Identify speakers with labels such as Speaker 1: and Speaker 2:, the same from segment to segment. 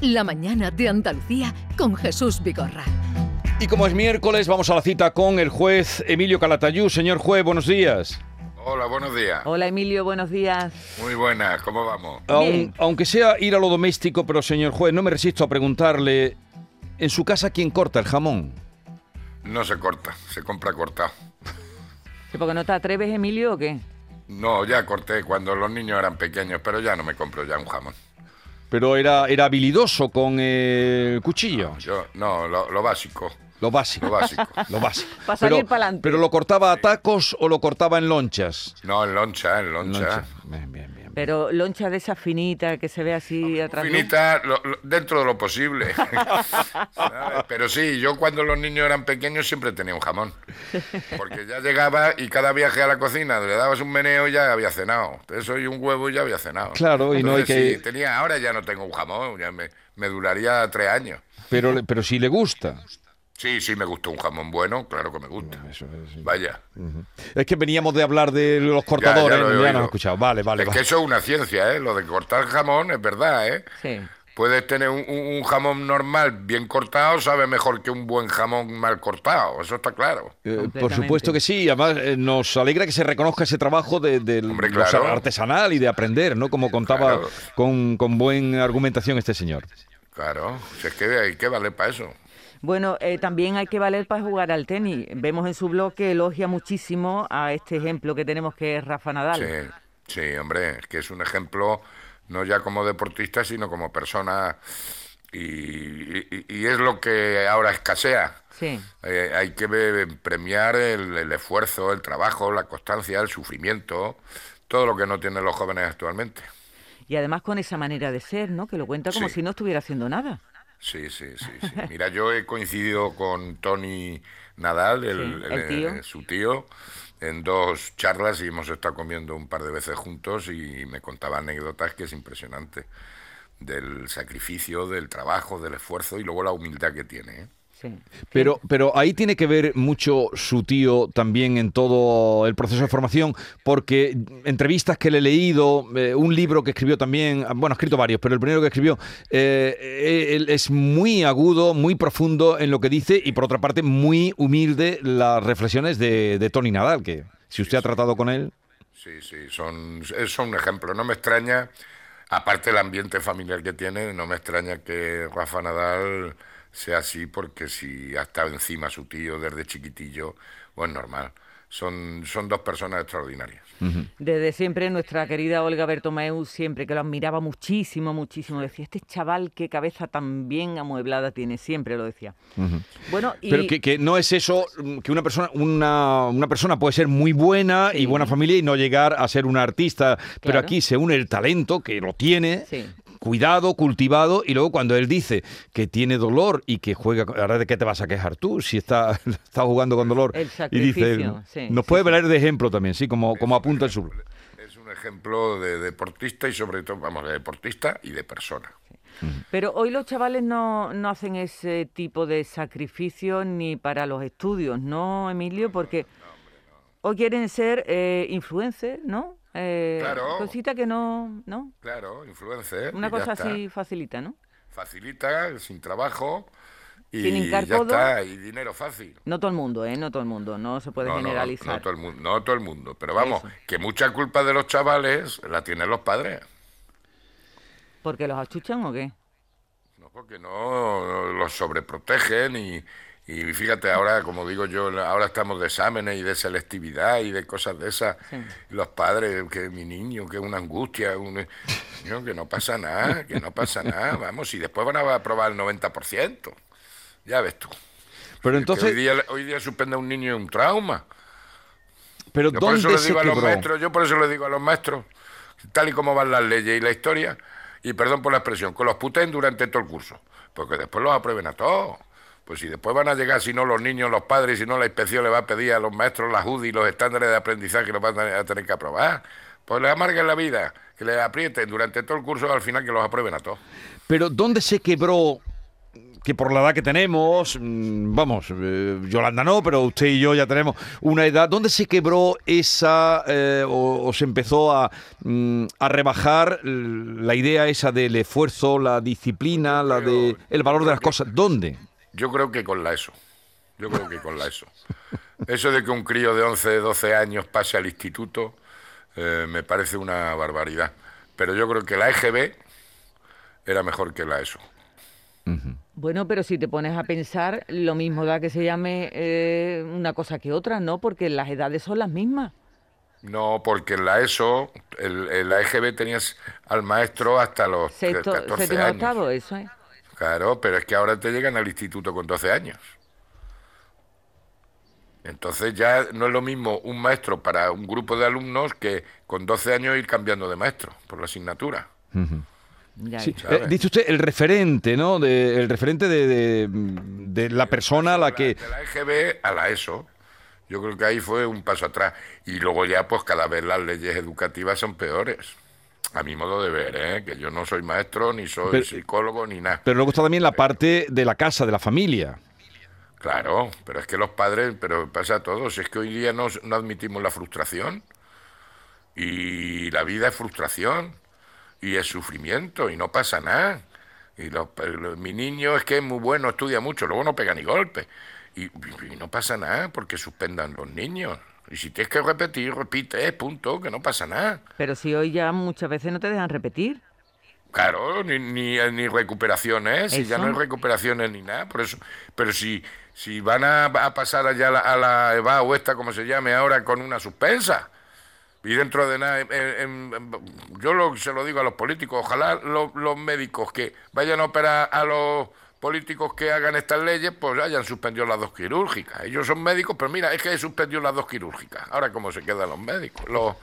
Speaker 1: La mañana de Andalucía con Jesús Vigorra.
Speaker 2: Y como es miércoles, vamos a la cita con el juez Emilio Calatayú. Señor juez, buenos días.
Speaker 3: Hola, buenos días.
Speaker 4: Hola Emilio, buenos días.
Speaker 3: Muy buenas, ¿cómo vamos?
Speaker 2: Aun-
Speaker 4: Bien.
Speaker 2: aunque sea ir a lo doméstico, pero señor juez, no me resisto a preguntarle, ¿en su casa quién corta el jamón?
Speaker 3: No se corta, se compra cortado.
Speaker 4: ¿Que ¿Porque no te atreves Emilio o qué?
Speaker 3: No, ya corté cuando los niños eran pequeños, pero ya no me compro ya un jamón.
Speaker 2: Pero era, era habilidoso con eh, el cuchillo,
Speaker 3: Yo, no, lo, lo básico,
Speaker 2: lo básico.
Speaker 3: lo básico.
Speaker 2: Lo básico.
Speaker 4: Pa' salir
Speaker 2: Pero-
Speaker 4: pa'lante.
Speaker 2: Pero lo cortaba a tacos o lo cortaba en lonchas.
Speaker 3: No, en loncha, en loncha.
Speaker 2: Lonchas. Bien, bien, bien.
Speaker 4: Pero loncha de esa finita que se ve así atrás. de un-
Speaker 3: Finita, lo- lo- dentro de lo posible. ¿Sabes? Pero sí, yo cuando los niños eran pequeños siempre tenía un jamón. Porque ya llegaba y cada viaje a la cocina le dabas un meneo y ya había cenado. Eso y un huevo y ya había cenado.
Speaker 2: Claro, y no hay
Speaker 3: Entonces,
Speaker 2: que-
Speaker 3: sí, tenía, ahora ya no tengo un jamón, ya me, me duraría tres años.
Speaker 2: Pero, le- pero si le gusta.
Speaker 3: Sí, sí, me gustó un jamón bueno, claro que me gusta. Vaya.
Speaker 2: Es que veníamos de hablar de los cortadores,
Speaker 3: lo he
Speaker 2: ya, nos
Speaker 3: oído.
Speaker 2: has escuchado. Vale, vale,
Speaker 3: es
Speaker 2: vale.
Speaker 3: que eso es una ciencia, ¿eh? Lo de cortar jamón es verdad, ¿eh?
Speaker 4: Sí.
Speaker 3: Puedes tener un, un- un jamón normal bien cortado, sabe mejor que un buen jamón mal cortado, eso está claro.
Speaker 2: Eh, por
Speaker 4: Completamente.
Speaker 2: supuesto que sí, además eh, nos alegra que se reconozca ese trabajo de, del-
Speaker 3: Hombre,
Speaker 2: o sea,
Speaker 3: claro.
Speaker 2: artesanal y de aprender, ¿no? Como contaba
Speaker 3: Claro.
Speaker 2: con, con buena argumentación este señor.
Speaker 3: Claro, si es que hay que valer para eso.
Speaker 4: Bueno, eh, también hay que valer para jugar al tenis. Vemos en su blog que elogia muchísimo a este ejemplo que tenemos que es Rafa Nadal.
Speaker 3: Sí, sí, hombre, es que es un ejemplo no ya como deportista, sino como persona y, y- y es lo que ahora escasea.
Speaker 4: Sí.
Speaker 3: Eh, hay que be- premiar el, el esfuerzo, el trabajo, la constancia, el sufrimiento, todo lo que no tienen los jóvenes actualmente.
Speaker 4: Y además con esa manera de ser, ¿no? Que lo cuenta como
Speaker 3: Sí.
Speaker 4: si no estuviera haciendo nada.
Speaker 3: Sí, sí, sí, sí. Mira, yo he coincidido con Tony Nadal, el, eh,
Speaker 4: Sí, el tío.
Speaker 3: su tío, en dos charlas y hemos estado comiendo un par de veces juntos y me contaba anécdotas que es impresionante del sacrificio, del trabajo, del esfuerzo y luego la humildad que tiene. ¿eh?
Speaker 4: Sí.
Speaker 2: Pero, pero ahí tiene que ver mucho su tío también en todo el proceso de formación, porque entrevistas que le he leído, eh, un libro que escribió también, ah, bueno, ha escrito varios, pero el primero que escribió, eh, él es muy agudo, muy profundo en lo que dice y por otra parte muy humilde las reflexiones de, de Tony Nadal, que si usted ha tratado con él...
Speaker 3: Sí, sí, son, es- son un ejemplo. No me extraña, aparte del ambiente familiar que tiene, no me extraña que Rafa Nadal sea así, porque si ha estado encima su tío desde chiquitillo, pues normal. Son, son dos personas extraordinarias.
Speaker 4: Desde siempre nuestra querida Olga Bertomeu, siempre que lo admiraba muchísimo, muchísimo, decía, este chaval qué cabeza tan bien amueblada tiene, siempre lo decía. Bueno, y
Speaker 2: Pero que, que no es eso, mm, que una persona, una, una persona puede ser muy buena y buena familia y no llegar a ser una artista. Pero
Speaker 4: Claro.
Speaker 2: aquí se une el talento, que lo tiene,
Speaker 4: Sí.
Speaker 2: cuidado, cultivado, y luego cuando él dice que tiene dolor y que juega, ahora de qué te vas a quejar tú si está, está jugando con dolor.
Speaker 4: El
Speaker 2: y dice, él,
Speaker 4: sacrificio,
Speaker 2: ¿no?
Speaker 4: sí,
Speaker 2: nos
Speaker 4: sí,
Speaker 2: puede valer de ejemplo también, sí, como, como apunta el sur.
Speaker 3: Es un ejemplo de deportista y sobre todo, vamos, de deportista y de persona.
Speaker 4: pero hoy los chavales no, no hacen ese tipo de sacrificios ni para los estudios, ¿no, Emilio? Porque hoy quieren ser eh, influencers, ¿no? Eh,
Speaker 3: Claro.
Speaker 4: Cosita que no, ¿no?
Speaker 3: Claro, influencer.
Speaker 4: Una
Speaker 3: y ya
Speaker 4: cosa
Speaker 3: está.
Speaker 4: así facilita, ¿no?
Speaker 3: Facilita, sin trabajo
Speaker 4: Sin
Speaker 3: y ya
Speaker 4: hincar codo.
Speaker 3: está, y dinero fácil.
Speaker 4: No todo el mundo, ¿eh? No todo el mundo, no se puede
Speaker 3: No, no,
Speaker 4: generalizar.
Speaker 3: No, todo el mundo, no todo el mundo. Pero vamos,
Speaker 4: Eso.
Speaker 3: que mucha culpa de los chavales la tienen los padres.
Speaker 4: ¿Porque los achuchan o qué?
Speaker 3: No, porque no los sobreprotegen y, y fíjate, ahora, como digo yo, la- ahora estamos de exámenes y de selectividad y de cosas de esas. Los padres, que mi niño, que una angustia, un- Niño, que no pasa nada, que no pasa nada, vamos, y después van a aprobar el 90%. Ya ves tú.
Speaker 2: Pero
Speaker 3: Que hoy,
Speaker 2: entonces,
Speaker 3: día, hoy día suspende a un niño un trauma.
Speaker 2: pero
Speaker 3: Yo por eso
Speaker 2: ¿dónde
Speaker 3: le
Speaker 2: se
Speaker 3: digo a los
Speaker 2: quebró?
Speaker 3: maestros, yo por eso le digo a los maestros, tal y como van las leyes y la historia, y perdón por la expresión, que los puten durante todo el curso, porque después los aprueben a todos. Pues si después van a llegar, si no los niños, los padres, si no la inspección le va a pedir a los maestros las UDI, los estándares de aprendizaje que los van a tener que aprobar, pues les amarguen la vida, que les aprieten durante todo el curso, al final que los aprueben a todos.
Speaker 2: Pero ¿dónde se quebró que por la edad que tenemos, mm, vamos, eh, Yolanda no, pero usted y yo ya tenemos una edad. ¿Dónde se quebró esa eh, o, o se empezó a, mm, a rebajar l- la idea esa del esfuerzo, la disciplina, la de el valor de las cosas? ¿Dónde?
Speaker 3: Yo creo que con la ESO. Yo creo que con la ESO. Eso de que un crío de 11, 12 años pase al instituto eh, me parece una barbaridad. Pero yo creo que la EGB era mejor que la ESO.
Speaker 4: Bueno, pero si te pones a pensar, lo mismo da que se llame eh, una cosa que otra, ¿no? Porque las edades son las mismas.
Speaker 3: No, porque en la ESO, el, en la EGB tenías al maestro hasta los
Speaker 4: Sexto,
Speaker 3: 14
Speaker 4: séptimo,
Speaker 3: años.
Speaker 4: octavo, eso es.
Speaker 3: Claro, pero es que ahora te llegan al instituto con 12 años. Entonces ya no es lo mismo un maestro para un grupo de alumnos que con 12 años ir cambiando de maestro por la asignatura.
Speaker 4: Ya
Speaker 2: Sí,
Speaker 4: ves.
Speaker 2: eh, dice usted el referente, ¿no? De- el referente de, de- de la persona a la que...
Speaker 3: De la EGB a la ESO. Yo creo que ahí fue un paso atrás. Y luego ya, pues cada vez las leyes educativas son peores. A mi modo de ver, ¿eh? que yo no soy maestro, ni soy
Speaker 2: Pero-
Speaker 3: psicólogo, ni nada.
Speaker 2: Pero luego está también la parte de la casa, de la familia.
Speaker 3: Claro, pero es que los padres, pero pasa a todos, es que hoy día no, no admitimos la frustración y la vida es frustración y es sufrimiento y no pasa nada. Y los- lo- mi niño es que es muy bueno, estudia mucho, luego no pega ni golpe y, y no pasa nada porque suspendan los niños. Y si tienes que repetir, repite, punto, que no pasa nada.
Speaker 4: Pero si hoy ya muchas veces no te dejan repetir.
Speaker 3: Claro, ni, ni, ni recuperaciones, si ya no hay
Speaker 4: Eso.
Speaker 3: recuperaciones ni nada, por eso. Pero si, si van a, a pasar allá a la, a la EVA o esta, como se llame ahora, con una suspensa, y dentro de nada, em- em- em- yo lo, se lo digo a los políticos, ojalá lo- los médicos que vayan a operar a los políticos que hagan estas leyes, pues hayan suspendido las dos quirúrgicas. Ellos son médicos, pero mira, es que suspendió las dos quirúrgicas. Ahora, ¿cómo se quedan los médicos, los,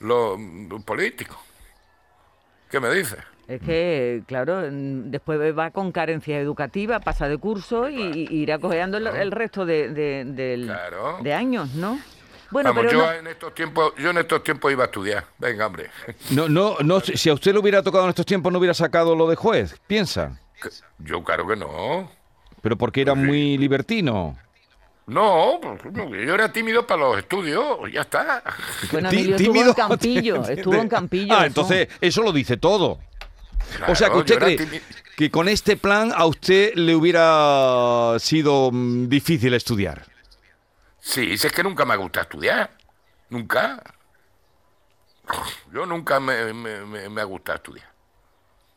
Speaker 3: los, los políticos? ¿Qué me dices?
Speaker 4: Es que, claro, en- después va con carencia educativa, pasa de curso y, y irá cojeando el, el resto de, de- del-
Speaker 3: Claro.
Speaker 4: de años, ¿no? Bueno,
Speaker 3: Vamos,
Speaker 4: pero
Speaker 3: yo eh,
Speaker 4: no-
Speaker 3: en estos tiempos, yo en estos tiempos iba a estudiar. Venga, hombre.
Speaker 2: No, no, no, si si a usted le hubiera tocado en estos tiempos no hubiera sacado lo de juez, piensa.
Speaker 3: Yo claro que no.
Speaker 2: Pero porque
Speaker 3: Pues
Speaker 2: era muy libertino.
Speaker 3: No, pues, no, yo era tímido para los estudios, ya está.
Speaker 4: bueno,
Speaker 2: Tí-
Speaker 4: Emilio estuvo en Campillo, estuvo en Campillo.
Speaker 2: Ah,
Speaker 4: eso.
Speaker 2: entonces eso lo dice todo. o sea,
Speaker 3: Claro,
Speaker 2: que usted
Speaker 3: yo era
Speaker 2: cree
Speaker 3: tímido.
Speaker 2: que con este plan a usted le hubiera sido mm, difícil estudiar.
Speaker 3: Sí, si es que nunca me gusta estudiar. Nunca. Yo nunca me, me, me- me ha gustado estudiar.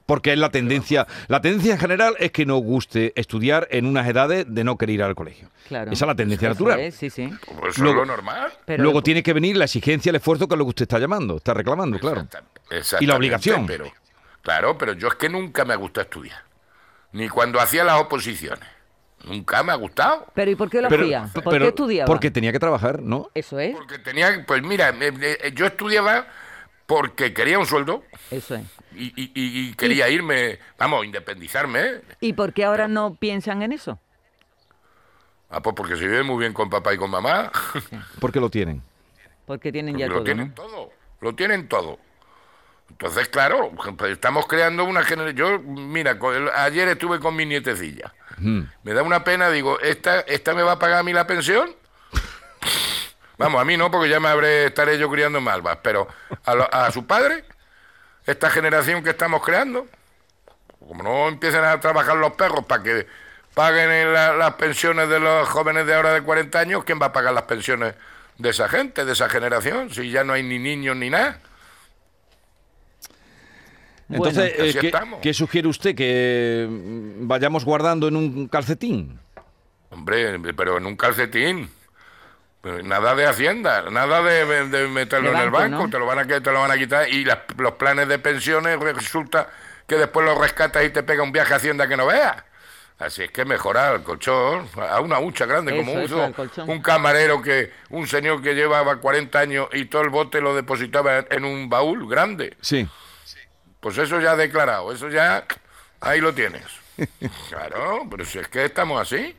Speaker 2: Porque es la tendencia, la tendencia en general es que nos guste estudiar en unas edades de no querer ir al colegio.
Speaker 4: Claro.
Speaker 2: Esa es la tendencia
Speaker 4: Eso
Speaker 2: natural.
Speaker 4: es, sí, sí.
Speaker 3: Pues eso
Speaker 2: Luego-
Speaker 3: es lo normal.
Speaker 4: Pero
Speaker 2: Luego
Speaker 4: después-
Speaker 2: tiene que venir la exigencia, el esfuerzo que es lo que usted está llamando, está reclamando, claro.
Speaker 3: Exacta- exactamente,
Speaker 2: Y la obligación.
Speaker 3: Pero, claro, pero yo es que nunca me ha gustado estudiar. Ni cuando hacía las oposiciones. Nunca me ha gustado.
Speaker 4: Pero ¿y por qué lo hacía? ¿Por
Speaker 2: pero-
Speaker 4: qué estudiaba?
Speaker 2: Porque tenía que trabajar, ¿no?
Speaker 4: Eso es,
Speaker 3: Porque tenía, pues mira, me- me- yo estudiaba porque quería un sueldo
Speaker 4: eso es.
Speaker 3: y, y- y- y quería irme, vamos, independizarme. ¿eh?
Speaker 4: ¿Y por qué ahora no piensan en eso?
Speaker 3: Ah, pues porque se vive muy bien con papá y con mamá.
Speaker 2: Porque lo tienen.
Speaker 4: Porque tienen
Speaker 3: Porque
Speaker 4: ya
Speaker 3: Pues lo
Speaker 4: todo.
Speaker 3: tienen
Speaker 4: ¿no?
Speaker 3: todo, lo tienen todo. Entonces, claro, pues estamos creando una generación. Yo, mira, con el- ayer estuve con mi nietecilla. Me da una pena, digo, ¿esta, ¿esta me va a pagar a mí la pensión? Vamos, a mí no, porque ya me habré, estaré yo criando en malvas, pero a, lo- a su padre, esta generación que estamos creando, como no empiecen a trabajar los perros para que paguen eh, la- las pensiones de los jóvenes de ahora de 40 años, ¿quién va a pagar las pensiones de esa gente, de esa generación? Si ya no hay ni niños ni nada.
Speaker 4: Bueno,
Speaker 2: Entonces,
Speaker 3: así
Speaker 2: eh, ¿qué,
Speaker 3: estamos.
Speaker 2: qué sugiere usted? ¿Que mm, vayamos guardando en un calcetín?
Speaker 3: Hombre, pero en un calcetín. Pero Nada de hacienda, nada de, de meterlo
Speaker 4: De
Speaker 3: en el
Speaker 4: banco,
Speaker 3: banco,
Speaker 4: ¿no?
Speaker 3: te, lo van a, que- te lo van a quitar y las- los planes de pensiones resulta que después los rescatas y te pega un viaje a hacienda que no veas. Así es que mejorar el colchón, a una hucha grande como
Speaker 4: Eso,
Speaker 3: un-
Speaker 4: eso, al colchón.
Speaker 3: un camarero que, un señor que llevaba 40 años y todo el bote lo depositaba en un baúl grande.
Speaker 2: Sí.
Speaker 3: Pues eso ya declarado, eso ya ahí lo tienes. Claro, pero si es que estamos así.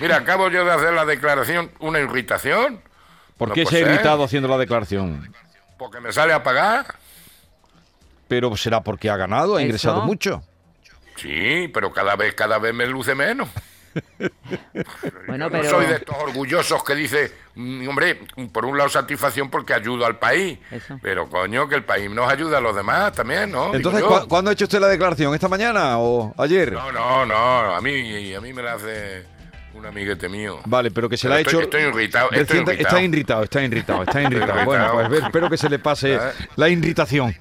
Speaker 3: Mira, acabo yo de hacer la declaración, una irritación,
Speaker 2: ¿Por
Speaker 3: No
Speaker 2: qué se
Speaker 3: puede
Speaker 2: ha
Speaker 3: ser.
Speaker 2: irritado haciendo la declaración?
Speaker 3: porque me sale a pagar.
Speaker 2: Pero será porque ha ganado, ha ingresado
Speaker 4: Eso.
Speaker 2: mucho.
Speaker 3: Sí, pero cada vez, cada vez me luce menos.
Speaker 4: Bueno,
Speaker 3: Yo no
Speaker 4: pero-
Speaker 3: soy de estos orgullosos que dice, mm, hombre, por un lado satisfacción porque ayudo al país,
Speaker 4: Eso.
Speaker 3: pero coño, que el país nos ayuda a los demás también, ¿no? Digo
Speaker 2: Entonces,
Speaker 3: yo.
Speaker 2: ¿cu- ¿cuándo ha hecho usted la declaración? ¿Esta mañana o ayer?
Speaker 3: No, no, no, a mí, a mí me la hace un amiguete mío.
Speaker 2: Vale, pero que se la ha
Speaker 3: Estoy-
Speaker 2: hecho.
Speaker 3: estoy irritado, estoy
Speaker 2: reciente-
Speaker 3: irritado.
Speaker 2: Está irritado, está irritado, está irritado.
Speaker 3: irritado.
Speaker 2: Bueno, pues ve- espero que se le pase
Speaker 3: Ah.
Speaker 2: la irritación.